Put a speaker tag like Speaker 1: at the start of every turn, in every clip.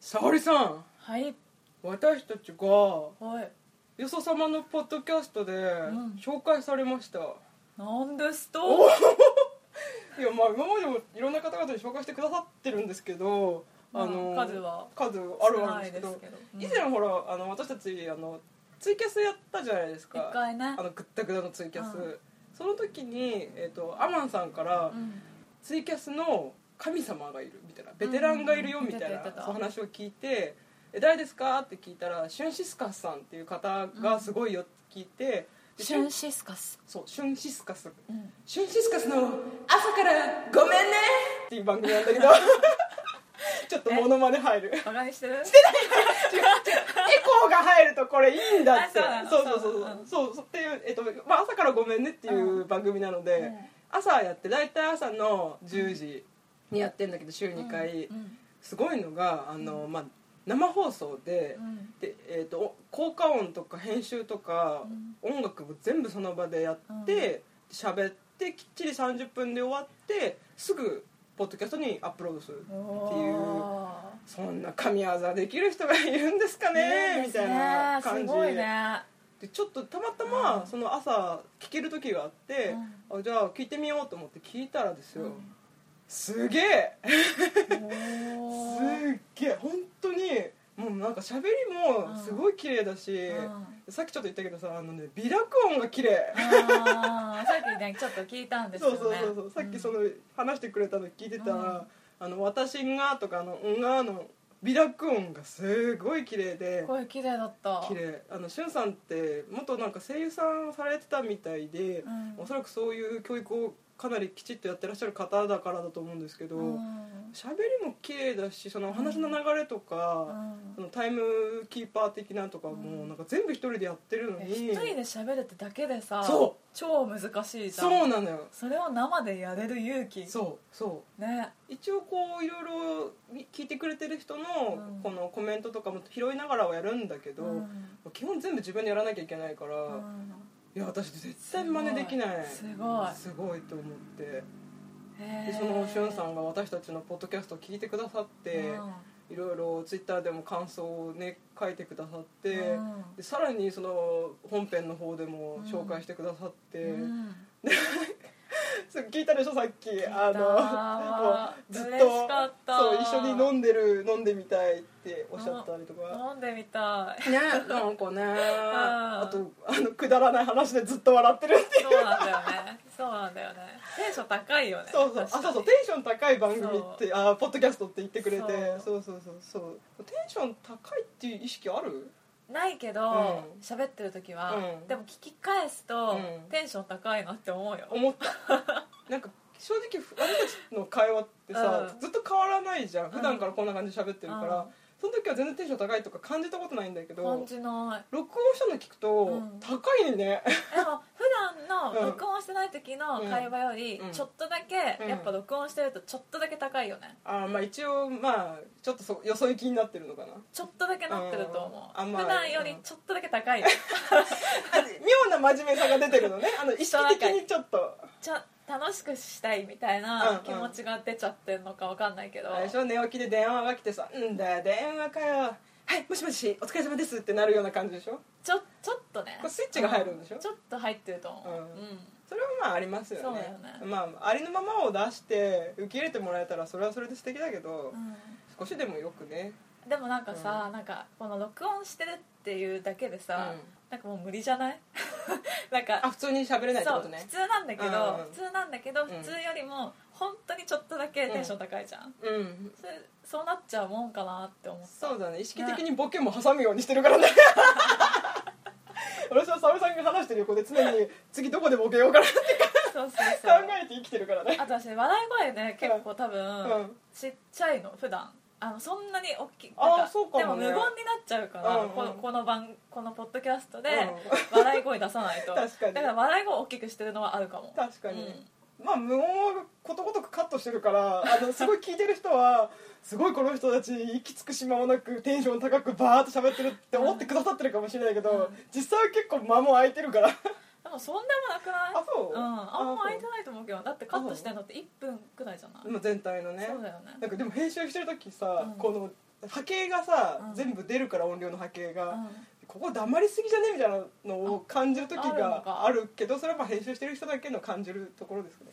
Speaker 1: 沙織さん
Speaker 2: はい
Speaker 1: 私たちが
Speaker 2: はい
Speaker 1: よそ様のポッドキャストで
Speaker 2: ん
Speaker 1: 紹介されました、
Speaker 2: なんですと
Speaker 1: いやまあ今までもいろんな方々に紹介してくださってるんですけど、
Speaker 2: まあ
Speaker 1: あの
Speaker 2: 数は
Speaker 1: 数ある
Speaker 2: 少
Speaker 1: あ
Speaker 2: な
Speaker 1: るん
Speaker 2: い
Speaker 1: でけ
Speaker 2: です
Speaker 1: ど
Speaker 2: すけどうん
Speaker 1: 以前ほらあの私たちあのツイキャスやったじゃないです
Speaker 2: 一
Speaker 1: か
Speaker 2: 回ね
Speaker 1: あのグッダグダのツイキャス、
Speaker 2: うん
Speaker 1: その時に、えー、とアマンさんから、
Speaker 2: うん
Speaker 1: ツイキャスの神様がいるみたいなベテランがいるよ
Speaker 2: うんうん
Speaker 1: みたい
Speaker 2: 言
Speaker 1: な
Speaker 2: ってた言ってた
Speaker 1: お話を聞いて「え誰ですか?」って聞いたらシュンシスカスさんっていう方がすごいよって聞いて、で
Speaker 2: シュンシスカス
Speaker 1: そうシュンシスカス
Speaker 2: うん
Speaker 1: シュンシスカスの「朝からごめんね」っていう番組なんだ けどちょっとモノマネ入るエ
Speaker 2: バカにしてる
Speaker 1: コーが入るとこれいいんだって
Speaker 2: あそ
Speaker 1: そ
Speaker 2: うなの
Speaker 1: うそうそう
Speaker 2: そうなの
Speaker 1: そうそうっていう、えっとまあ、朝からごめんねっていう番組なので、
Speaker 2: うん
Speaker 1: 朝やって大体朝の10時にやってんだけど週2回、
Speaker 2: うん
Speaker 1: すごいのがあの、まあ、生放送で,、
Speaker 2: うん
Speaker 1: でえー、とお効果音とか編集とか、音楽も全部その場でやって喋、ってきっちり30分で終わってすぐポッドキャストにアップロードする
Speaker 2: うん
Speaker 1: っていう
Speaker 2: お
Speaker 1: そんな神業できる人がいるんですか
Speaker 2: ー
Speaker 1: ね
Speaker 2: いい
Speaker 1: み
Speaker 2: です
Speaker 1: た
Speaker 2: ね
Speaker 1: いな感じ
Speaker 2: すごいね
Speaker 1: でちょっとたまたま
Speaker 2: うん
Speaker 1: その朝聞ける時があって、あじゃあ聞いてみようと思って聞いたらですよ、
Speaker 2: うん
Speaker 1: すげえ
Speaker 2: お
Speaker 1: す
Speaker 2: ー
Speaker 1: っげえ本当にもうなんか喋りもすごい綺麗だし、
Speaker 2: うん
Speaker 1: さっきちょっと言ったけどさあのね微濁音が綺麗
Speaker 2: あーさっきねちょっと聞いたんです
Speaker 1: そ
Speaker 2: よ
Speaker 1: う
Speaker 2: ね
Speaker 1: そうそうそうさっきその話してくれたの聞いてたら「
Speaker 2: うん
Speaker 1: あの私が」とかあの「んが」の微濁音がすごい綺麗で
Speaker 2: 声綺麗だった
Speaker 1: 綺麗あのしゅんさんって元なんか声優さんをされてたみたいで、
Speaker 2: うん
Speaker 1: おそらくそういう教育をかなりきちっとやってらっしゃる方だからだと思うんですけど、
Speaker 2: うん
Speaker 1: 喋りも綺麗だしそのお話の流れと
Speaker 2: う
Speaker 1: か、
Speaker 2: ん
Speaker 1: そのタイムキーパー的なとかも、
Speaker 2: うん
Speaker 1: なんか全部一人でやってるのに
Speaker 2: 一人で喋るってだけでさ
Speaker 1: そ
Speaker 2: 超難しいじゃん
Speaker 1: そうなのよ
Speaker 2: それを生でやれる勇気
Speaker 1: そうそう
Speaker 2: ね
Speaker 1: 一応こういろいろ聞いてくれてる人の
Speaker 2: うん
Speaker 1: このコメントとかも拾いながらはやるんだけど、
Speaker 2: うん
Speaker 1: 基本全部自分でやらなきゃいけないから、
Speaker 2: うん
Speaker 1: いや私絶対真似できない
Speaker 2: すごい
Speaker 1: すごいと思って
Speaker 2: へ
Speaker 1: で
Speaker 2: ー
Speaker 1: そのしゅんさんが私たちのポッドキャストを聞いてくださって、いろいろツイッターでも感想をね書いてくださって、
Speaker 2: うん
Speaker 1: でさらにその本編の方でも紹介してくださって、
Speaker 2: うんうん
Speaker 1: そう聞いたでしょさっき
Speaker 2: た
Speaker 1: あのもうずっ
Speaker 2: 嬉しかっ
Speaker 1: と
Speaker 2: た
Speaker 1: そう一緒に飲んでる飲んでみたいっておっしゃったりとか。
Speaker 2: 飲んでみたい
Speaker 1: ね、なんかね
Speaker 2: ん
Speaker 1: あとあのくだらない話でずっと笑ってるっていう
Speaker 2: そうなんだよ ねそうなんだよねテンション高いよね
Speaker 1: そうそうあ
Speaker 2: 確か
Speaker 1: そう
Speaker 2: に
Speaker 1: そうテンション高い番組ってあポッドキャストって言ってくれて
Speaker 2: そ
Speaker 1: そうそうそうそうテンション高いっていう意識ある
Speaker 2: ないけど
Speaker 1: うん
Speaker 2: 喋、ってる時は、
Speaker 1: うん
Speaker 2: でも聞き返すと、
Speaker 1: うん
Speaker 2: テンション高いなって思うよ、
Speaker 1: 思ったなんか正直私たちの会話ってさ、
Speaker 2: うん
Speaker 1: ずっと変わらないじゃん
Speaker 2: ん
Speaker 1: 普段からこんな感じで喋ってるから、
Speaker 2: うん
Speaker 1: その時は全然テンション高いとか感じたことないんだけ
Speaker 2: 感
Speaker 1: ど
Speaker 2: じない
Speaker 1: 録音したの聞くと、
Speaker 2: うん
Speaker 1: 高いね
Speaker 2: でも普段
Speaker 1: う
Speaker 2: の
Speaker 1: ん
Speaker 2: 録音してない時の会話より
Speaker 1: うん
Speaker 2: ちょっとだけ、
Speaker 1: うん
Speaker 2: やっぱ録音してるとちょっとだけ高いよね
Speaker 1: あーまあ一応まあちょっとそよそ行きになってるの かな
Speaker 2: ちょっとだけなってると思う、
Speaker 1: うんあんまり
Speaker 2: 普段よりちょっとだけ高いよ、
Speaker 1: あ妙な真面目さが出てるのねあの意識的にちょっと
Speaker 2: ちょ楽しくしたいみたい
Speaker 1: うんう
Speaker 2: なん気持ちが出ちゃってるのかわかんないけど、
Speaker 1: あれでしょ寝起きで電話が来てさ「うんだ電話かよはいもしもしお疲れ様です」ってなるような感じでしょ
Speaker 2: ちょちょっとね
Speaker 1: これスイッチが入るんでしょ
Speaker 2: ちょっと入ってると思う、
Speaker 1: うん
Speaker 2: うん
Speaker 1: それはまあありますよね
Speaker 2: そうだよね
Speaker 1: まあ、ありのままを出して受け入れてもらえたらそれはそれで素敵だけど、少しでもよくね
Speaker 2: でもなんかさ、なんかこの録音してるっていうだけでさ、
Speaker 1: うん
Speaker 2: なんかもう無理じゃない なん
Speaker 1: あ
Speaker 2: か
Speaker 1: 普通に喋れないって
Speaker 2: そ
Speaker 1: こ
Speaker 2: う
Speaker 1: とね
Speaker 2: 普通なんだけど、
Speaker 1: うんうん
Speaker 2: 普通なんだけど
Speaker 1: ん
Speaker 2: 普通よりも本当にちょっとだけテンション高いじゃん、
Speaker 1: うん
Speaker 2: それそうなっちゃうもんかなっ て思った
Speaker 1: そうだね意識的にボケも挟むようにしてる からね私は沙織さんが話してる横で常に次どこでボケようかなって
Speaker 2: そうそう
Speaker 1: 考
Speaker 2: そう
Speaker 1: えて生きてるからね
Speaker 2: あと私笑い声ね結構多
Speaker 1: う
Speaker 2: 分
Speaker 1: ん
Speaker 2: ちっちゃいの普段あのそんなに大きい
Speaker 1: あ
Speaker 2: なん
Speaker 1: そうかもね
Speaker 2: でも無言になっちゃうから、
Speaker 1: うんうん
Speaker 2: このこの番このポッドキャストで
Speaker 1: う
Speaker 2: 笑い声出さない と
Speaker 1: 確かに
Speaker 2: だから笑い声大きくしてるのはあるかも
Speaker 1: 確かに、
Speaker 2: うん
Speaker 1: まあ無音はことごとくカットしてるからあのすごい聞いてる人はすごいこの人たち息つく島もなくテンション高くバーッと喋ってるって思ってくださってるかもしれないけど、
Speaker 2: うん
Speaker 1: 実際は結構間も空いてるから
Speaker 2: でもそんなもなくない
Speaker 1: あそう
Speaker 2: うん、あんま空いて
Speaker 1: あ
Speaker 2: ないと思うけどだってカットしてんのって1分くらいじゃない、
Speaker 1: そうもう全体のね
Speaker 2: そうだよね
Speaker 1: なんかでも編集してる時さ、
Speaker 2: うん
Speaker 1: この波形がさ、
Speaker 2: うん
Speaker 1: 全部出るから音量の波形が、
Speaker 2: うん
Speaker 1: ここ黙りすぎじゃねみたいなのを感じる時
Speaker 2: ああるの
Speaker 1: が
Speaker 2: か
Speaker 1: あるけどそれはまあ編集してる人だけの感じるところですね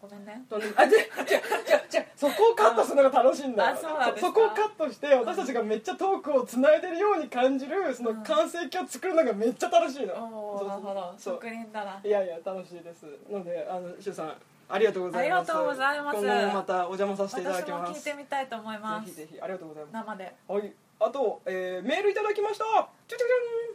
Speaker 2: ごめんね
Speaker 1: あでじゃじゃじゃそこをカットするのが楽しいんだよ
Speaker 2: あそうなんですか
Speaker 1: そこをカットして私たちがめっちゃトークをつないでるように感じるその完成形を作るのがめっちゃ楽しいの、
Speaker 2: お
Speaker 1: そ
Speaker 2: お
Speaker 1: う
Speaker 2: なるほど
Speaker 1: そう
Speaker 2: 職人だない
Speaker 1: やいや楽しいですなのであのしゅうさんありがとうございます
Speaker 2: ありがとうございます
Speaker 1: 今後もまたお邪魔させていただ
Speaker 2: 私
Speaker 1: き
Speaker 2: も
Speaker 1: ま
Speaker 2: 聞い
Speaker 1: す
Speaker 2: てみたいと思いま
Speaker 1: ぜひ
Speaker 2: す
Speaker 1: ぜひありがとうございま
Speaker 2: 生で
Speaker 1: すはいあと、えーメールいただきましたチュチュチ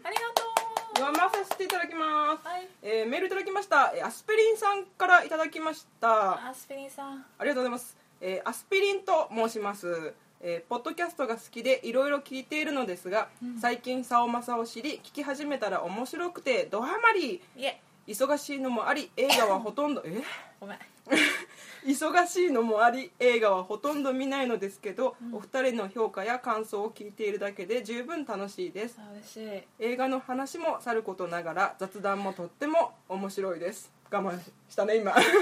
Speaker 2: ありがと
Speaker 1: ュン
Speaker 2: う
Speaker 1: 読まさせていただきます
Speaker 2: はい
Speaker 1: えーメールいただきました、えーアスピリンさんからいただきました
Speaker 2: アスピリンさん
Speaker 1: ありがとうございます、えーアスピリンと申します、えーポッドキャストが好きでいろいろ聞いているのですが、
Speaker 2: うん
Speaker 1: 最近さおまさを知り聞き始めたら面白くてドハマり
Speaker 2: いえ
Speaker 1: 忙しいのもあり映画はほ とんどえ
Speaker 2: ごめん
Speaker 1: 忙しいのもあり映画はほとんど見ないのですけど、
Speaker 2: うん
Speaker 1: お二人の評価や感想を聞いているだけで十分楽しいです
Speaker 2: さあ嬉しい
Speaker 1: 映画の話もさることながら雑談もとっても面白いです我慢したね今
Speaker 2: ちょちょっ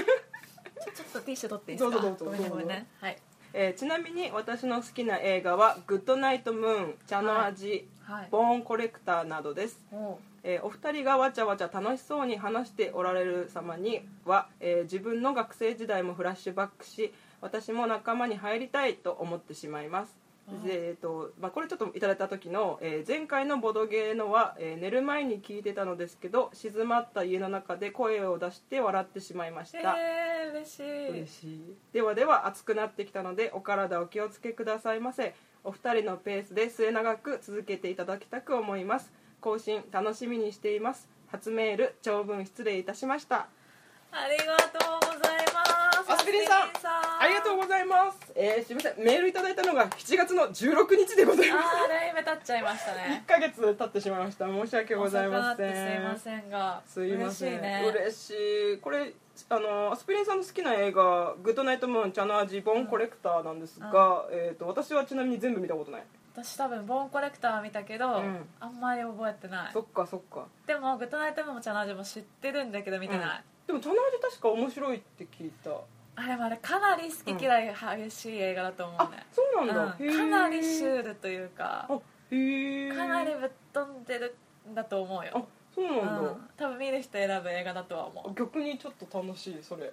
Speaker 2: とティッシュ取っていいですか
Speaker 1: どうぞどうぞ
Speaker 2: ごめ
Speaker 1: どうぞ
Speaker 2: んねごめんねはい
Speaker 1: えーちなみに私の好きな映画は「グッドナイトムーン」「茶の味」
Speaker 2: はい
Speaker 1: ボーンコレクター」などです、
Speaker 2: おう
Speaker 1: えーお二人がわちゃわちゃ楽しそうに話しておられる様には、えー自分の学生時代もフラッシュバックし私も仲間に入りたいと思ってしまいます
Speaker 2: うん
Speaker 1: でえーとまあ、これちょっといただいた時の、えー前回のボドゲーのは、えー寝る前に聞いてたのですけど静まった家の中で声を出して笑ってしまいまし
Speaker 2: え
Speaker 1: た、
Speaker 2: ー嬉しい
Speaker 1: 嬉しいではでは暑くなってきたのでお体お気をつけくださいませお二人のペースで末永く続けていただきたく思います更新楽しみにしています初メール長文失礼いたしました
Speaker 2: ありがとうございます
Speaker 1: アスピリンさん
Speaker 2: アスピリさん
Speaker 1: ありがとうございますえー、すいませんメールいただいたのが7月の16日でございます
Speaker 2: あーだいぶ経っちゃいましたね
Speaker 1: 1ヶ月経ってしまいました申し訳ございま
Speaker 2: 遅く
Speaker 1: せ
Speaker 2: なってすいま
Speaker 1: ん
Speaker 2: せんが
Speaker 1: すいません
Speaker 2: 嬉しいね
Speaker 1: 嬉しいこれあのアスピリンさんの好きな映画「グッドナイトムーンチャナージボーンコレクター」なんですが、えー、と私はちなみに全部見たことない
Speaker 2: 私多分ボーンコレクターは見たけど、
Speaker 1: うん
Speaker 2: あんまり覚えてない
Speaker 1: そっかそっか
Speaker 2: でも「グッドナイトムーンもチャナージュ」も知ってるんだけど見てない、
Speaker 1: でもチャナージ確か面白いって聞いた
Speaker 2: あれもあれかなり好き嫌い激しい映画だと思う
Speaker 1: あ
Speaker 2: ね、
Speaker 1: そう
Speaker 2: うん
Speaker 1: なんだ、へー
Speaker 2: かなりシュールというか
Speaker 1: あへえ
Speaker 2: かなりぶっ飛んでるんだと思う
Speaker 1: あ
Speaker 2: よ、
Speaker 1: そう
Speaker 2: う
Speaker 1: なんだ、
Speaker 2: ん、多分見る人選ぶ映画だとは思う、
Speaker 1: 逆にちょっと楽しいそれ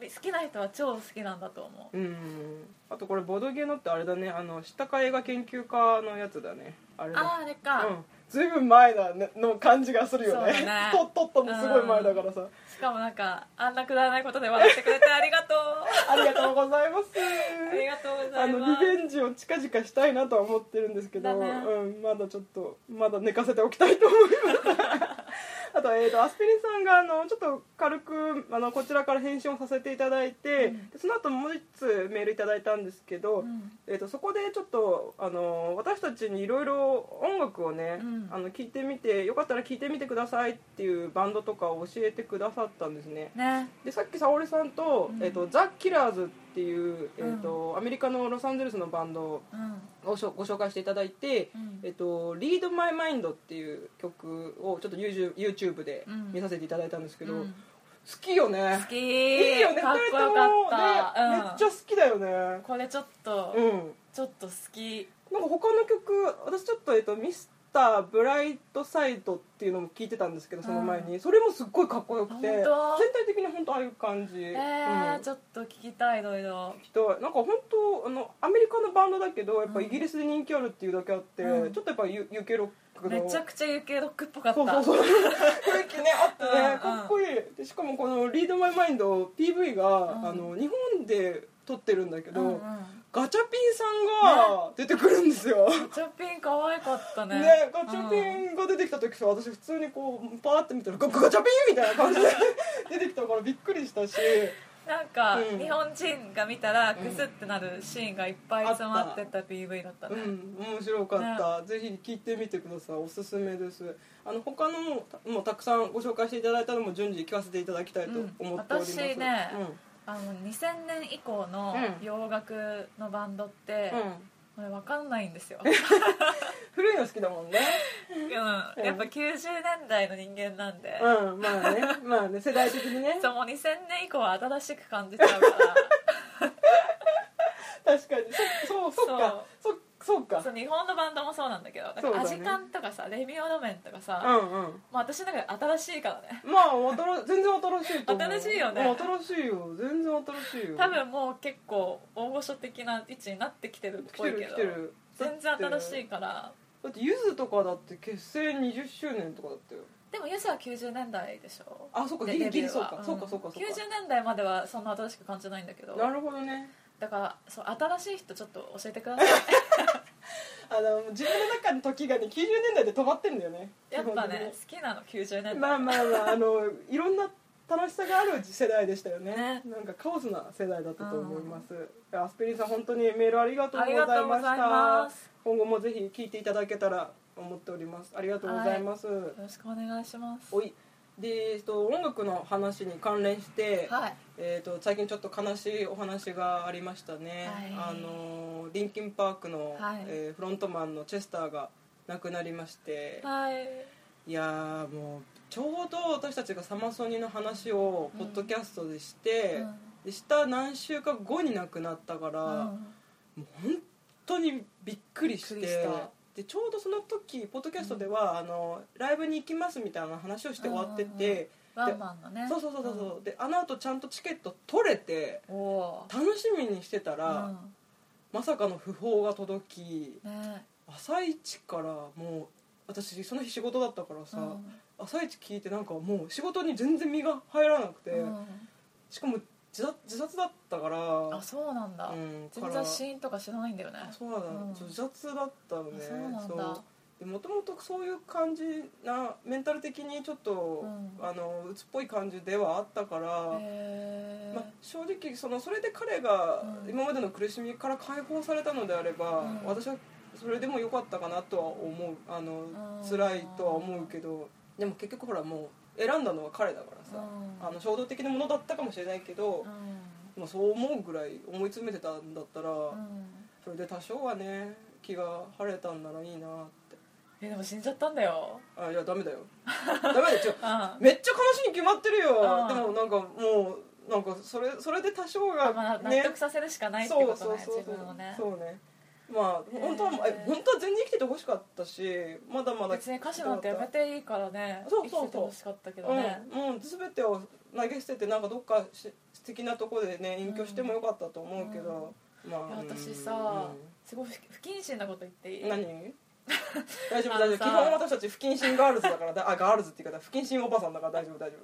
Speaker 2: うん、好きな人は超好きなんだと思う
Speaker 1: うんあとこれボードゲーのってあれだねあの知ったか映画研究家のやつだねあれだ
Speaker 2: あああれか、
Speaker 1: うん、ずいぶん前だねの感じがするよね
Speaker 2: そうだね
Speaker 1: と撮ったのすごい前だからさ、
Speaker 2: しかもなんかあんなくだらないことで笑ってくれてありがとう
Speaker 1: ありがとうございます
Speaker 2: ありがとうござ
Speaker 1: あ
Speaker 2: い
Speaker 1: の
Speaker 2: ます
Speaker 1: リベンジを近々したいなとは思ってるんですけど、
Speaker 2: だね
Speaker 1: うん、まだちょっとまだ寝かせておきたいと思い ますあと,、えー、とアスピリンさんがあのちょっと軽くあのこちらから返信をさせていただいて、
Speaker 2: うん
Speaker 1: でその後もう一つメールいただいたんですけど、
Speaker 2: うん
Speaker 1: えー、とそこでちょっとあの私たちにいろいろ音楽をね、
Speaker 2: うん
Speaker 1: あの聞いてみてよかったら聞いてみてくださいっていうバンドとかを教えてくださったんですね
Speaker 2: ね
Speaker 1: でさっき沙織さんと,、
Speaker 2: うん
Speaker 1: えー、とザ・キラーズっていう、えーとアメリカのロサンゼルスのバンド
Speaker 2: うん
Speaker 1: をしょご紹介していただいて「
Speaker 2: うん
Speaker 1: えー、と Lead My Mind」っていう曲をちょっと YouTube YouTube で
Speaker 2: うん
Speaker 1: 見させていただいたんですけど、
Speaker 2: うん
Speaker 1: 好きよね
Speaker 2: 好き
Speaker 1: いいよね
Speaker 2: かっこ
Speaker 1: 二人
Speaker 2: よ
Speaker 1: とも
Speaker 2: かった、
Speaker 1: ね
Speaker 2: うん
Speaker 1: めっちゃ好きだよね
Speaker 2: これちょっと、
Speaker 1: うん
Speaker 2: ちょっと好き
Speaker 1: なんか他の曲私ちょっと,、えっと「ミスターブライトサイド」っていうのも聞いてたんですけどその前に、それもすっごいかっこよくて全
Speaker 2: 本当
Speaker 1: 体的に本当ああいう感じ、
Speaker 2: えー
Speaker 1: うん
Speaker 2: ちょっと聞きたいいろいろ
Speaker 1: 人なんか本当あのアメリカのバンドだけどやっぱイギリスで人気あるっていうだけあって、
Speaker 2: うん
Speaker 1: ちょっとやっぱ U- UK ロックの
Speaker 2: めちゃくちゃ UK ロックっぽかった
Speaker 1: そうそうそう 雰囲気ねあってね、
Speaker 2: うんうん
Speaker 1: かっこいいでしかもこの「リードマイマインド PV が、
Speaker 2: うん
Speaker 1: あの日本で撮ってるんだけど、
Speaker 2: うんうん
Speaker 1: ガチャピンさんが出てくるんですよ、
Speaker 2: ガチャピン可愛かったね
Speaker 1: ねガチャピ
Speaker 2: うん
Speaker 1: ンが出てきた時さ私普通にこうパーって見たらガガチャピンみたいな感 じで出てきたからびっくりしたし
Speaker 2: なんか、
Speaker 1: うん
Speaker 2: 日本人が見たらクスってなるシーンがいっぱい詰まってた PV だった
Speaker 1: う
Speaker 2: ね、
Speaker 1: ん面白かった、ぜひ聞いてみてくださいおすすめですあの他のもたもうたくさんご紹介していただいたのも順次聞かせていただきたいと思っております、
Speaker 2: うん私ね
Speaker 1: うん
Speaker 2: あの2000年以降の
Speaker 1: うん
Speaker 2: 洋楽のバンドって、
Speaker 1: うん
Speaker 2: これ分かんないんですよ、
Speaker 1: 古いの好きだもんね
Speaker 2: うん、やっぱ90年代の人間なんで、
Speaker 1: うんまあねまあね世代的にね
Speaker 2: そうもう2000年以降は新しく感じちゃうから
Speaker 1: 確かにそそうそっかそそうか
Speaker 2: そう日本のバンドもそうなんだけどなん
Speaker 1: そうだ
Speaker 2: かア
Speaker 1: ね
Speaker 2: ジカンとかさ、レミオロメンとかさ、
Speaker 1: うんうん
Speaker 2: まあ、私の中で新しいからね
Speaker 1: まあおとろ全然新しいと思う
Speaker 2: 新しいよね
Speaker 1: うん新しいよ全然新しいよ
Speaker 2: 多分もう結構大御所的な位置になってきてるっ
Speaker 1: 来
Speaker 2: ぽ
Speaker 1: て
Speaker 2: い
Speaker 1: る
Speaker 2: け
Speaker 1: 来
Speaker 2: ど
Speaker 1: てる
Speaker 2: 全然新し
Speaker 1: だっ
Speaker 2: い
Speaker 1: て
Speaker 2: から
Speaker 1: だってゆずとかだって結成20周年とかだったよ
Speaker 2: でもユズは90年代でしょ
Speaker 1: あそうか
Speaker 2: で
Speaker 1: ギリギリ
Speaker 2: デビューは
Speaker 1: そうかそうかそうかそうか
Speaker 2: 90年代まではそんな新しく感じないんだけど
Speaker 1: なるほどね
Speaker 2: だからそう新しい人ちょっと教えてくださ い
Speaker 1: あの自分の中の時がね90年代で止まってんだよね
Speaker 2: やっぱ
Speaker 1: 基本
Speaker 2: ね好きなの90
Speaker 1: 的
Speaker 2: 年
Speaker 1: に
Speaker 2: 代
Speaker 1: まあまあまああのいろんな楽しさがある世代でしたよね
Speaker 2: ね
Speaker 1: なんかカオスな世代だったと思います、アスペリンさん本当にメールありがとう
Speaker 2: あ
Speaker 1: ござ
Speaker 2: り
Speaker 1: い
Speaker 2: がとうご
Speaker 1: ま
Speaker 2: ざ
Speaker 1: し
Speaker 2: い
Speaker 1: た
Speaker 2: ます
Speaker 1: 今後もぜひ聞いていただけたら思っておりますありがとうございます、
Speaker 2: よろしくお願いします
Speaker 1: おいで、えっと、音楽の話に関連して、
Speaker 2: はい
Speaker 1: えー、と最近ちょっと悲しいお話がありましたね、
Speaker 2: はい
Speaker 1: あのーリンキンパークの、
Speaker 2: はい
Speaker 1: えーフロントマンのチェスターが亡くなりまして、
Speaker 2: はい
Speaker 1: い、やーもうちょうど私たちがサマソニの話をポッドキャストでして、
Speaker 2: うん
Speaker 1: でした何週か後に亡くなったから、
Speaker 2: うん
Speaker 1: もう本当にびっくりして
Speaker 2: びっくりした
Speaker 1: でちょうどその時ポッドキャストでは、あのライブに行きますみたいな話をして終わってて、
Speaker 2: ワンマンのね
Speaker 1: そうそうそうそうそうであの後ちゃんとチケット取れて
Speaker 2: うんおー
Speaker 1: 楽しみにしてたら、
Speaker 2: うん
Speaker 1: まさかの訃報が届き
Speaker 2: ね
Speaker 1: 朝一からもう私その日仕事だったからさ、
Speaker 2: うん
Speaker 1: 朝一聞いてなんかもう仕事に全然身が入らなくて、
Speaker 2: うん
Speaker 1: しかも自殺自殺だったから
Speaker 2: あそうなんだ
Speaker 1: うん
Speaker 2: 全然死因とか知らないんだよね
Speaker 1: あそうなんだ、
Speaker 2: うん
Speaker 1: そう自殺だったのね
Speaker 2: あそうなんだ
Speaker 1: そうでもともとそういう感じなメンタル的にちょっと、
Speaker 2: うん
Speaker 1: あの鬱っぽい感じではあったから、
Speaker 2: へ
Speaker 1: まあ、正直そのそれで彼が
Speaker 2: うん
Speaker 1: 今までの苦しみから解放されたのであれば、
Speaker 2: うん
Speaker 1: 私はそれでも良かったかなとは思うあの
Speaker 2: ん
Speaker 1: 辛いとは思うけどでも結局ほらもう選んだのは彼だからさ、
Speaker 2: うん
Speaker 1: あの衝動的なものだったかもしれないけど、
Speaker 2: うん
Speaker 1: まあ、そう思うぐらい思い詰めてたんだったら、
Speaker 2: うん
Speaker 1: それで多少はね気が晴れたんならいいなって
Speaker 2: えでも死んじゃったんだよ
Speaker 1: あいやダメだ よダメだよちょ
Speaker 2: うん
Speaker 1: めっちゃ悲しいに決まってるよ
Speaker 2: うん
Speaker 1: でもなんかもうなんかそれそれで多少が、ね
Speaker 2: まあ納得させるしかないってことね
Speaker 1: そう
Speaker 2: 自分をね
Speaker 1: そうねまあ
Speaker 2: へー
Speaker 1: 本当はえ本当は全然生きててほしかったしまだまだ
Speaker 2: 別に歌手なんてやめていいからね
Speaker 1: そうそうそう
Speaker 2: 生きててほしかったけ
Speaker 1: うん
Speaker 2: どね、
Speaker 1: もう全てを投げ捨ててなんかどっかし素敵なとこでね隠居してもよかったと思うけど、まあ
Speaker 2: いや私
Speaker 1: うん
Speaker 2: さ、すごい不不謹慎なこと言っていい
Speaker 1: 何大丈夫
Speaker 2: あのさ
Speaker 1: 大丈夫基本私たち不謹慎ガールズだからだあガールズっていうか不謹慎おばさんだから大丈夫大丈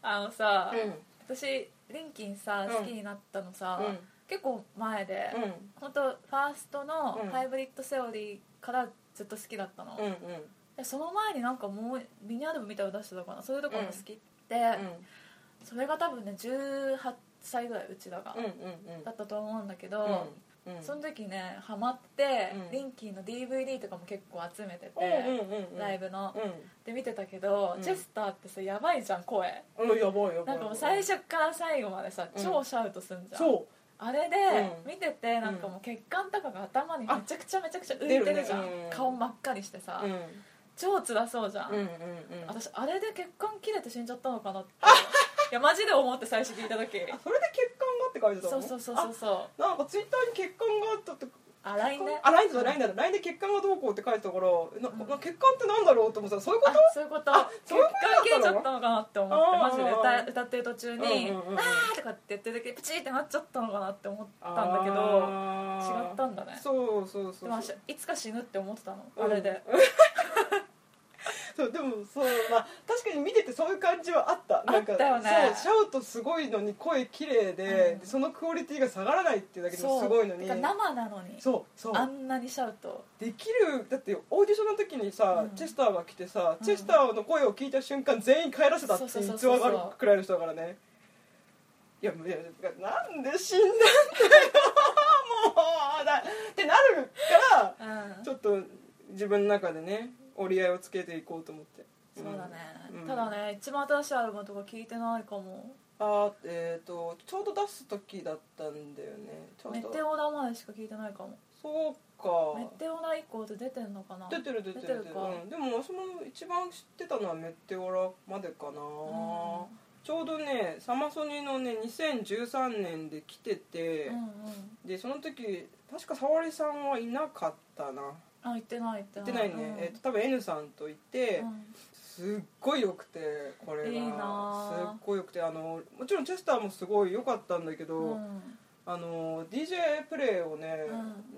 Speaker 2: あのさ、
Speaker 1: 夫
Speaker 2: 私リンキンさ
Speaker 1: うん
Speaker 2: 好きになったのさ、
Speaker 1: うん
Speaker 2: 結構前で、
Speaker 1: うん
Speaker 2: 本当ファーストの
Speaker 1: うん
Speaker 2: 「ハイブリッド・セオリー」からずっと好きだったの、
Speaker 1: うんうん
Speaker 2: でその前になんかもうミニアルバムみたいなの出してたかなそういうところも好きって、それが多分ね18歳ぐらいうちらが、
Speaker 1: うんうん
Speaker 2: だったと思うんだけど、
Speaker 1: うんうん
Speaker 2: その時ねハマって、
Speaker 1: うん
Speaker 2: リンキーの DVD とかも結構集めてて、
Speaker 1: うんうんうん
Speaker 2: ライブの、
Speaker 1: う
Speaker 2: で見てたけど、
Speaker 1: うん
Speaker 2: チェスターってさやばいじゃん声
Speaker 1: んうんやばいやばい
Speaker 2: なんかもう最初から最後までさ
Speaker 1: うん
Speaker 2: 超シャウトすんじゃん、
Speaker 1: そう
Speaker 2: あれで、
Speaker 1: うん
Speaker 2: 見ててなんかもう血管とかが頭にめちゃくちゃめちゃくちゃ浮いてるじゃん、
Speaker 1: 出るねうん
Speaker 2: 顔真っ赤にしてさ、
Speaker 1: うんうん
Speaker 2: 超辛そうじゃん、
Speaker 1: うんうん
Speaker 2: 私あれで血管切れて死んじゃったのかなっていやマジで思って最初聞いた時
Speaker 1: あそれで血管がって書いてたの
Speaker 2: そうそうそうそうそう
Speaker 1: あなんかツイッターに血管があったって
Speaker 2: あ LINE ね
Speaker 1: あラインだラインだラインで血管がどうこうって書いてたからなな血管ってなんだろうと思ったらそういうこ
Speaker 2: あ
Speaker 1: と
Speaker 2: そういうこと
Speaker 1: あ
Speaker 2: 血
Speaker 1: そういうこ
Speaker 2: 管
Speaker 1: と
Speaker 2: 切れちゃったのかなって思って
Speaker 1: あー
Speaker 2: マジで歌歌ってる途中に「
Speaker 1: うんうんうんうん
Speaker 2: あー」とかって言ってる時プチーってなっちゃったのかなって思ったんだけど
Speaker 1: ど
Speaker 2: 違ったんだね
Speaker 1: そうそうそうそう
Speaker 2: でも私いつか死ぬって思ってたの
Speaker 1: うん
Speaker 2: あれで
Speaker 1: そうでもそうまあ確かに見ててそういう感じはあったなんか
Speaker 2: あったよね
Speaker 1: そうシャウトすごいのに声綺麗で、
Speaker 2: うん
Speaker 1: そのクオリティが下がらないっていうだけでもすごいのに
Speaker 2: てか生なのに
Speaker 1: そうそう
Speaker 2: あんなにシャウト
Speaker 1: できるだってオーディションの時にさ、
Speaker 2: うん
Speaker 1: チェスターが来てさ、
Speaker 2: うん
Speaker 1: チェスターの声を聞いた瞬間全員帰らせたって
Speaker 2: そう
Speaker 1: い
Speaker 2: そうう
Speaker 1: 逸
Speaker 2: そうそう
Speaker 1: 話があるくらいの人だからねいやいやなんで死んだんだよもうだってなるから
Speaker 2: うん
Speaker 1: ちょっと自分の中でね折り合いをつけていこうと思って
Speaker 2: そうだね
Speaker 1: うん
Speaker 2: ただね一番新しいアルバムとか聞いてないかも
Speaker 1: あーえー、とちょうど出す時だったんだよねちょ
Speaker 2: メ
Speaker 1: う
Speaker 2: テ
Speaker 1: ど
Speaker 2: オラまでしか聞いてないかも
Speaker 1: そう
Speaker 2: メ
Speaker 1: か
Speaker 2: テオラ以降って出てんのかな
Speaker 1: 出てる出てる出てる
Speaker 2: 出てるか
Speaker 1: うん、でも私も一番知ってたのはメテオラまでかな、
Speaker 2: うん
Speaker 1: ちょうどねサマソニのね2013年で来てて、
Speaker 2: うんうん
Speaker 1: でその時確か沙織さんはいなかったな
Speaker 2: あ行ってない
Speaker 1: 行
Speaker 2: 行っ
Speaker 1: ってて
Speaker 2: な
Speaker 1: ないいね、えっ
Speaker 2: うん
Speaker 1: と多分 N さんといて、
Speaker 2: うん
Speaker 1: すっごい良くてこれが
Speaker 2: いいなあ
Speaker 1: すっごい良くてあのもちろんチェスターもすごい良かったんだけど、
Speaker 2: うん
Speaker 1: あの DJ プレイをね、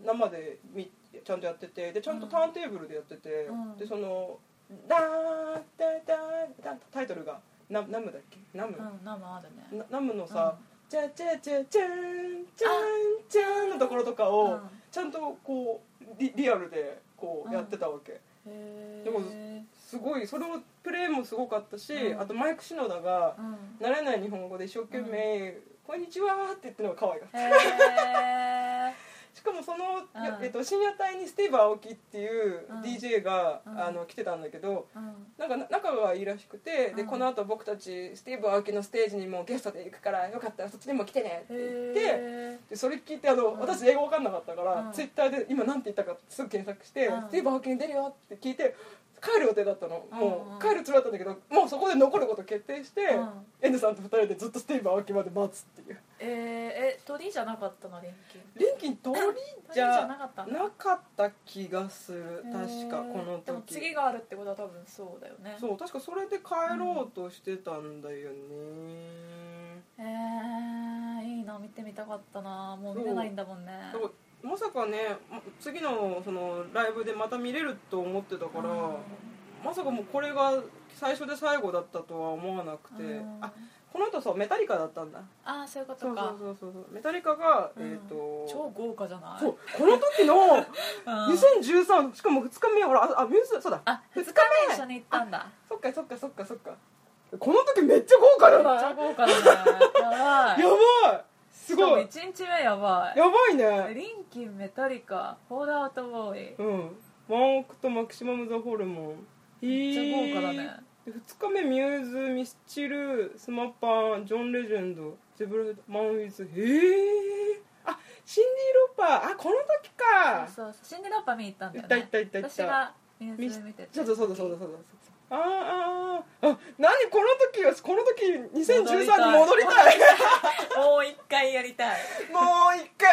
Speaker 2: う
Speaker 1: 生でみちゃんとやっててでちゃんとターンテーブルでやってて、
Speaker 2: うん
Speaker 1: でその「ダーダーダーダー」タイトルがナナムだっけナム、
Speaker 2: うん生あるね
Speaker 1: なナムのさ
Speaker 2: う
Speaker 1: 「
Speaker 2: ん
Speaker 1: チャチャチャチャンチャンチャン」のところとか
Speaker 2: う
Speaker 1: を
Speaker 2: ん
Speaker 1: ちゃんとこうリリアルでこ
Speaker 2: う
Speaker 1: うんやってたわけ、
Speaker 2: へ
Speaker 1: でも
Speaker 2: え
Speaker 1: すごいそれもプレイもすごかったし、
Speaker 2: うん
Speaker 1: あとマイク・シノダが
Speaker 2: うん
Speaker 1: 慣れない日本語で一生懸命「こんにちは」って言ってるのが可愛かった
Speaker 2: へえ
Speaker 1: しかもその、
Speaker 2: うん
Speaker 1: やえっと、深夜帯にスティーブ・アオキっていう
Speaker 2: うん
Speaker 1: DJ が、
Speaker 2: うん
Speaker 1: あの来てたんだけど
Speaker 2: うん
Speaker 1: なんかな仲がいいらしくて、で
Speaker 2: うん
Speaker 1: この後僕たちスティーブ・アオキのステージにもゲストで行くからよかったらそっちにも来てねって言って。
Speaker 2: へえ
Speaker 1: でそれ聞いてあの、
Speaker 2: うん
Speaker 1: 私英語わかんなかったから、
Speaker 2: うん
Speaker 1: ツイッターで今なんて言ったかすぐ検索して「
Speaker 2: うん
Speaker 1: スティーブ・アオキに出るよ」って聞いて帰る予定だったの、
Speaker 2: うんう
Speaker 1: も
Speaker 2: ん
Speaker 1: う帰るつもりだったんだけどもうそこで残ること決定して、
Speaker 2: うん
Speaker 1: エンドさんと二人でずっとスティーブ・アオキまで待つっていう
Speaker 2: えーえ鳥じゃなかったの連休
Speaker 1: リンキン通り
Speaker 2: 鳥
Speaker 1: じ
Speaker 2: じ
Speaker 1: ゃ
Speaker 2: ゃなかった
Speaker 1: なかった気がする
Speaker 2: へ
Speaker 1: 確
Speaker 2: ー
Speaker 1: かこの時
Speaker 2: でも次があるってことは多分そうだよね
Speaker 1: そう確かそれで帰ろうとしてたんだよね、
Speaker 2: えー、いいな見てみたかったなもう見れないんだもんね
Speaker 1: だからまさかねま次のそのライブでまた見れると思ってたから、まさかもうこれが最初で最後だったとは思わなくて、
Speaker 2: うん
Speaker 1: あこの後そうメタリカだったんだ
Speaker 2: あーそういうこと
Speaker 1: そう
Speaker 2: か
Speaker 1: そうそうそうメタリカが、
Speaker 2: うん
Speaker 1: えっ、と
Speaker 2: 超豪華じゃない
Speaker 1: そうこの時の
Speaker 2: うん
Speaker 1: 2013しかも2日目ほらああミューズそうだ
Speaker 2: あ二日目一緒に行ったんだ
Speaker 1: そっかそっかそっかそっかこの時めっちゃ豪華
Speaker 2: め
Speaker 1: だ
Speaker 2: っち
Speaker 1: な
Speaker 2: ゃ
Speaker 1: や
Speaker 2: 豪華だ
Speaker 1: ば
Speaker 2: ね
Speaker 1: い
Speaker 2: やばい
Speaker 1: すごい
Speaker 2: しかも1日目やば
Speaker 1: やばい
Speaker 2: い
Speaker 1: ね
Speaker 2: リンキンメタリカホールアウトボーイ
Speaker 1: うんワンオクとマキシマム・ザ・ホルモンめ
Speaker 2: めっちゃ豪華だね
Speaker 1: 2日目ミューズミスチルスマッパージョン・レジェンドゼブラマン・ウィズへえあシンディ・ロッパーあこの時か
Speaker 2: そうそうシンディラッパ見に行ったんだよ
Speaker 1: 行
Speaker 2: ね
Speaker 1: った行った行った
Speaker 2: 私がミュ
Speaker 1: ミ
Speaker 2: ー
Speaker 1: ス
Speaker 2: ズ見てて
Speaker 1: そうだそうだそうだそうだあーあーあ何この時はこの時2013に戻りたい
Speaker 2: もう一回やりたい
Speaker 1: もう一回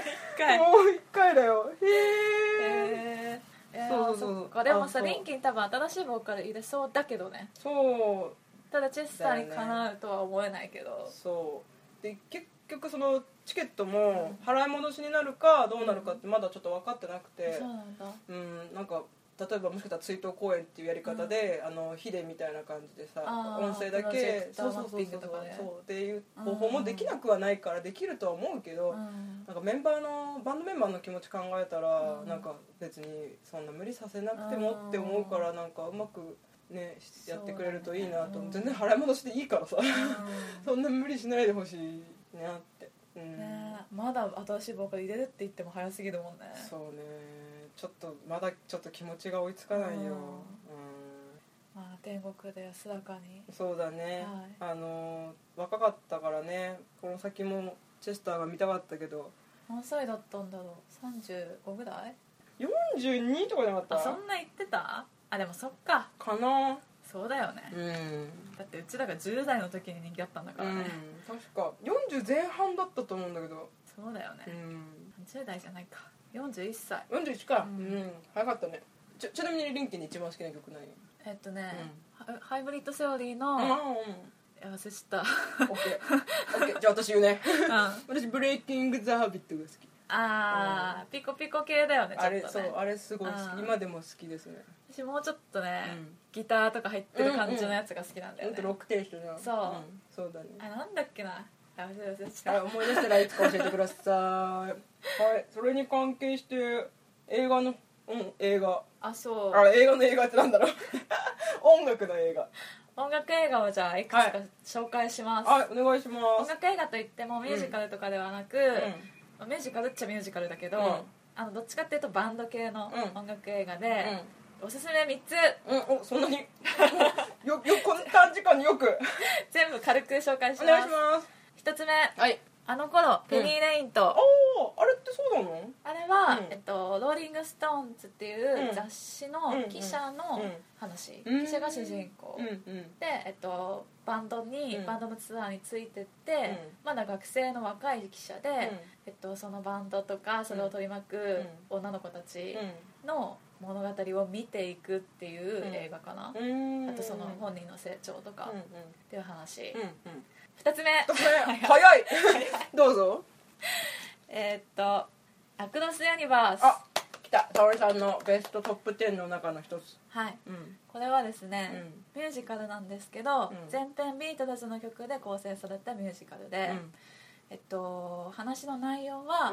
Speaker 2: 一回
Speaker 1: もう一回だよへえ
Speaker 2: えー、
Speaker 1: そ
Speaker 2: そうう
Speaker 1: そうそう
Speaker 2: っかでも
Speaker 1: あ
Speaker 2: さ
Speaker 1: そう
Speaker 2: リンキン多分新しいボーカル入れそうだけどね
Speaker 1: そう
Speaker 2: ただチェスターにかなうとは思えないけど、
Speaker 1: そうで結局そのチケットも払い戻しになるかどうなるかってまだちょっと分かってなくて
Speaker 2: そうなんだ
Speaker 1: うんなんか例えばもしかしたら追悼公演っていうやり方で、あのヒデみたいな感じでさ
Speaker 2: あー
Speaker 1: 音声だ
Speaker 2: プロジ
Speaker 1: け
Speaker 2: ェクタ
Speaker 1: そう
Speaker 2: ー
Speaker 1: そうそうそう
Speaker 2: マッピングとかね
Speaker 1: そうっていう方法もできなくはないからできるとは思うけど、
Speaker 2: うん
Speaker 1: なんかメンバーのバンドメンバーの気持ち考えたら、
Speaker 2: うん
Speaker 1: なんか別にそんな無理させなくてもって思うからなんかうまくねしやってくれるといいなと、
Speaker 2: そうだねうん
Speaker 1: 全然払い戻しでいいからさそんな無理しないでほしいなってうん、
Speaker 2: ねえまだ新しいボーカル入れるって言っても早すぎるもんね
Speaker 1: そうねちょっとまだちょっと気持ちが追いつかないよ、う
Speaker 2: うんんまあ、天国で安らかに
Speaker 1: そうだね、
Speaker 2: は
Speaker 1: あの若かったからねこの先もチェスターが見たかったけど
Speaker 2: 何歳だったんだろう35ぐらい
Speaker 1: 42とかじゃなか
Speaker 2: あ
Speaker 1: っ
Speaker 2: そんな言ってたあでもそっか
Speaker 1: たかな
Speaker 2: そうだよね、
Speaker 1: うん
Speaker 2: だってうちらが10代の時に人気あったんだからね、
Speaker 1: うん、確か40前半だったと思うんだけど、
Speaker 2: そうだよね、
Speaker 1: ん、
Speaker 2: 10代じゃないか41歳
Speaker 1: 41か、う
Speaker 2: うんん
Speaker 1: 早かったねちちなみにリンキンに一番好きな曲ない
Speaker 2: えっとね、ハハイブリッドセオリーの、
Speaker 1: うん
Speaker 2: いや忘れちゃっ
Speaker 1: オッケーオッケーじゃあ私言うね
Speaker 2: た、うん、あ
Speaker 1: 私ブレイキング・ザ・ハビットが好き
Speaker 2: あ、ピコピコ系だよねちょ
Speaker 1: あ
Speaker 2: っとね
Speaker 1: れそうあれすごい好
Speaker 2: う
Speaker 1: き
Speaker 2: ん
Speaker 1: 今でも好きですね
Speaker 2: 私もうちょっとね、
Speaker 1: うん
Speaker 2: ギターとか入ってる感じのやつが好きなんだ
Speaker 1: ほ
Speaker 2: よ
Speaker 1: ん
Speaker 2: ね、
Speaker 1: とロックテイストじゃん
Speaker 2: そうん
Speaker 1: そうだね
Speaker 2: あなんだっけなあ忘れ忘れち
Speaker 1: は
Speaker 2: ゃ
Speaker 1: い
Speaker 2: っ
Speaker 1: 思い出したらいつか教えてくださいはいそれに関係して映画のうん映画
Speaker 2: たあそう
Speaker 1: あ映画の映画ってなんだろう 音楽の映画
Speaker 2: 音楽映画をじゃあいくつか紹介します、
Speaker 1: はい、お願いしま
Speaker 2: 音
Speaker 1: す。
Speaker 2: 楽映画といってもミュージカルとかではなく、
Speaker 1: う
Speaker 2: まあミュージカルっちゃミュージカルだけど、
Speaker 1: うん
Speaker 2: あのどっちかっていうとバンド系の
Speaker 1: うん
Speaker 2: 音楽映画で、おすすめ3つ
Speaker 1: ん、うん、お、そんなに。およ、よ、この短時間によく。
Speaker 2: 全部軽く紹介し
Speaker 1: お
Speaker 2: ま
Speaker 1: 願い
Speaker 2: す
Speaker 1: します。
Speaker 2: 1つ目
Speaker 1: はい。
Speaker 2: あの頃ペニー・レインと
Speaker 1: おあれってそうなの
Speaker 2: あれは、
Speaker 1: うん
Speaker 2: えっと、ローリング・ストーンズっていううん雑誌の
Speaker 1: うん
Speaker 2: 記者の
Speaker 1: うん
Speaker 2: 話、
Speaker 1: うん
Speaker 2: 記者が主人公、
Speaker 1: うん
Speaker 2: で、
Speaker 1: うん
Speaker 2: えっと、バンドに、
Speaker 1: うん
Speaker 2: バンドのツアーについてって、まだ学生の若い記者で、えっと、そのバンドとかそれを取り巻く女の子たちの物語を見ていくっていう映画かな、
Speaker 1: うんうん
Speaker 2: あとその本人の成長とかっていう話、
Speaker 1: うんうん
Speaker 2: 2つ目
Speaker 1: うん早いどうぞ
Speaker 2: えーっと「アクロス・ユニバース
Speaker 1: あ」来た沙織さんのベストトップ10の中の一つ
Speaker 2: はい
Speaker 1: うん
Speaker 2: これはです
Speaker 1: う
Speaker 2: ね、
Speaker 1: ん
Speaker 2: ミュージカルなんですけど、
Speaker 1: うん
Speaker 2: 全編ビートたちの曲で構成されたミュージカルで、えっと、話の内容は、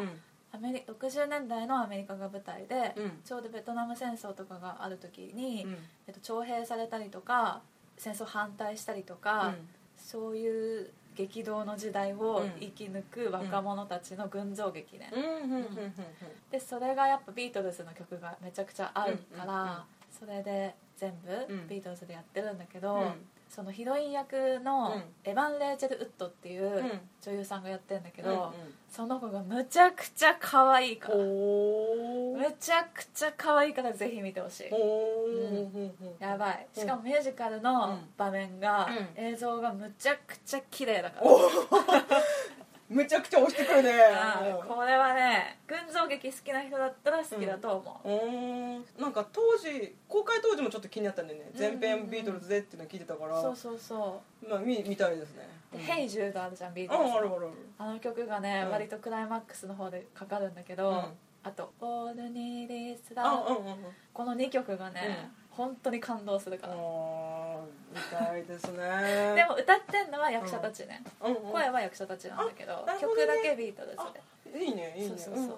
Speaker 2: アメリ60年代のアメリカが舞台で、
Speaker 1: うん
Speaker 2: ちょうどベトナム戦争とかがある時に、
Speaker 1: うんうん
Speaker 2: えっと、徴兵されたりとか戦争反対したりとか、そういう激動の時代を生き抜く若者たちの群像劇ね、
Speaker 1: うんうんうんうん
Speaker 2: でそれがやっぱビートルズの曲がめちゃくちゃ合うから、
Speaker 1: うんうんうん
Speaker 2: それで全部
Speaker 1: うん
Speaker 2: ビートルズでやってるんだけど、
Speaker 1: うん
Speaker 2: そのヒロイン役の
Speaker 1: う
Speaker 2: エヴァン・レイチェル・ウッドっていううん女優さんがやってるんだけ
Speaker 1: け
Speaker 2: ど、その子がむちゃくちゃ可愛いからむ
Speaker 1: ほー
Speaker 2: ちゃくちゃ可愛いからぜひ見てほしい
Speaker 1: ほ
Speaker 2: う
Speaker 1: ー
Speaker 2: ん
Speaker 1: ほうほう
Speaker 2: やばいしかもミュージカルの場面が、
Speaker 1: う
Speaker 2: 映像がむちゃくちゃ綺麗だから、
Speaker 1: おーむちゃくちゃ押してくるね
Speaker 2: あーこれはね群像劇好きな人だったら好きだと思う、
Speaker 1: うんなんか当時公開当時もちょっと気になったんでね
Speaker 2: うんうんう
Speaker 1: 全
Speaker 2: ん
Speaker 1: 編ビートルズでっていうの聞いてたから
Speaker 2: そうそうそう
Speaker 1: まあ見見たいですね
Speaker 2: で「ヘイジューがあるじゃんビー
Speaker 1: う
Speaker 2: トルズ
Speaker 1: んあるあ
Speaker 2: の
Speaker 1: るある
Speaker 2: あの曲がね、
Speaker 1: うん
Speaker 2: 割とクライマックスの方でかかるんだけど、
Speaker 1: うん
Speaker 2: あと「All You Need Is
Speaker 1: あ
Speaker 2: Love
Speaker 1: うんうんうん」
Speaker 2: この2曲がね、本当に感動するから、
Speaker 1: あー見たいですね
Speaker 2: でも歌ってんのは役者たちね、
Speaker 1: うんうん
Speaker 2: 声は役者たちなんだけど
Speaker 1: あなるほどね
Speaker 2: 曲だけビートルズ
Speaker 1: あいいねい
Speaker 2: で
Speaker 1: いね
Speaker 2: そうそうそう、
Speaker 1: ん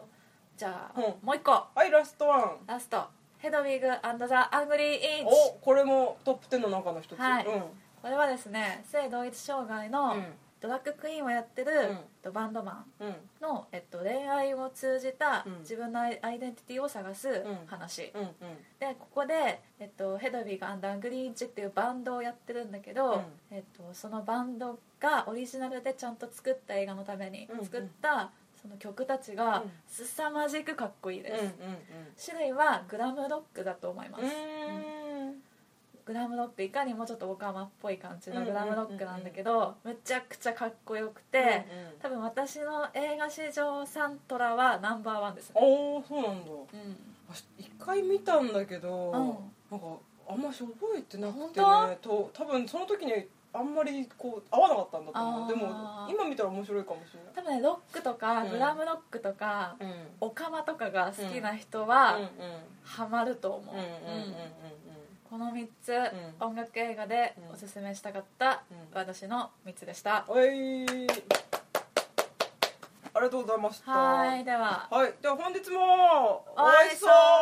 Speaker 2: じゃ
Speaker 1: う
Speaker 2: あ、
Speaker 1: ん
Speaker 2: もう一個
Speaker 1: はいラストワン
Speaker 2: ラスト「ヘドウィグザ・アングリー・インチ
Speaker 1: お」これもトップ10の中の一つ
Speaker 2: はい
Speaker 1: うん
Speaker 2: これはですね性同一障害の
Speaker 1: うん
Speaker 2: ドラッグクイーンをやってる、
Speaker 1: ん
Speaker 2: とバンドマン
Speaker 1: うん
Speaker 2: の、えっと、恋愛を通じた
Speaker 1: うん
Speaker 2: 自分のアイアイデンティティを探す
Speaker 1: ん
Speaker 2: 話、
Speaker 1: うんうん
Speaker 2: でここで、えっと、ヘドウィグアングリーンチっていうバンドをやってるんだけど、えっと、そのバンドがオリジナルでちゃんと作った映画のために
Speaker 1: うんうん
Speaker 2: 作ったその曲たちが
Speaker 1: うん
Speaker 2: 凄まじくかっこいいです、
Speaker 1: うん
Speaker 2: 種類はグラムロックだと思います、
Speaker 1: うんうんうーん
Speaker 2: グラムロックいかにもちょっとオカマっぽい感じのグラムロックなんだけど、むちゃくちゃかっこよくて、
Speaker 1: うんうん
Speaker 2: 多分私の映画史上サントラはナンバーワンですね
Speaker 1: ああそうなんだ
Speaker 2: うん
Speaker 1: 私一回見たんだけど、
Speaker 2: うん
Speaker 1: なんかあんまし覚えてなくて
Speaker 2: 本
Speaker 1: ねと多分その時にあんまりこう合わなかったんだと思
Speaker 2: あー
Speaker 1: うでも今見たら面白いかもしれ
Speaker 2: 多分ねロックと
Speaker 1: う
Speaker 2: か
Speaker 1: ん
Speaker 2: グラムロックとか、
Speaker 1: ない
Speaker 2: オカマとかが好きな人
Speaker 1: うん
Speaker 2: は
Speaker 1: うん
Speaker 2: ハマると思う、
Speaker 1: うんうんうんうん
Speaker 2: うんこの3つ、
Speaker 1: うん
Speaker 2: 音楽映画で
Speaker 1: うん
Speaker 2: おすすめしたかった、
Speaker 1: うん
Speaker 2: 私の3つでした、
Speaker 1: うんはいありがとうございました
Speaker 2: はーいでは
Speaker 1: はいでは本日も
Speaker 2: お会いしま
Speaker 1: お
Speaker 2: しょう
Speaker 1: 会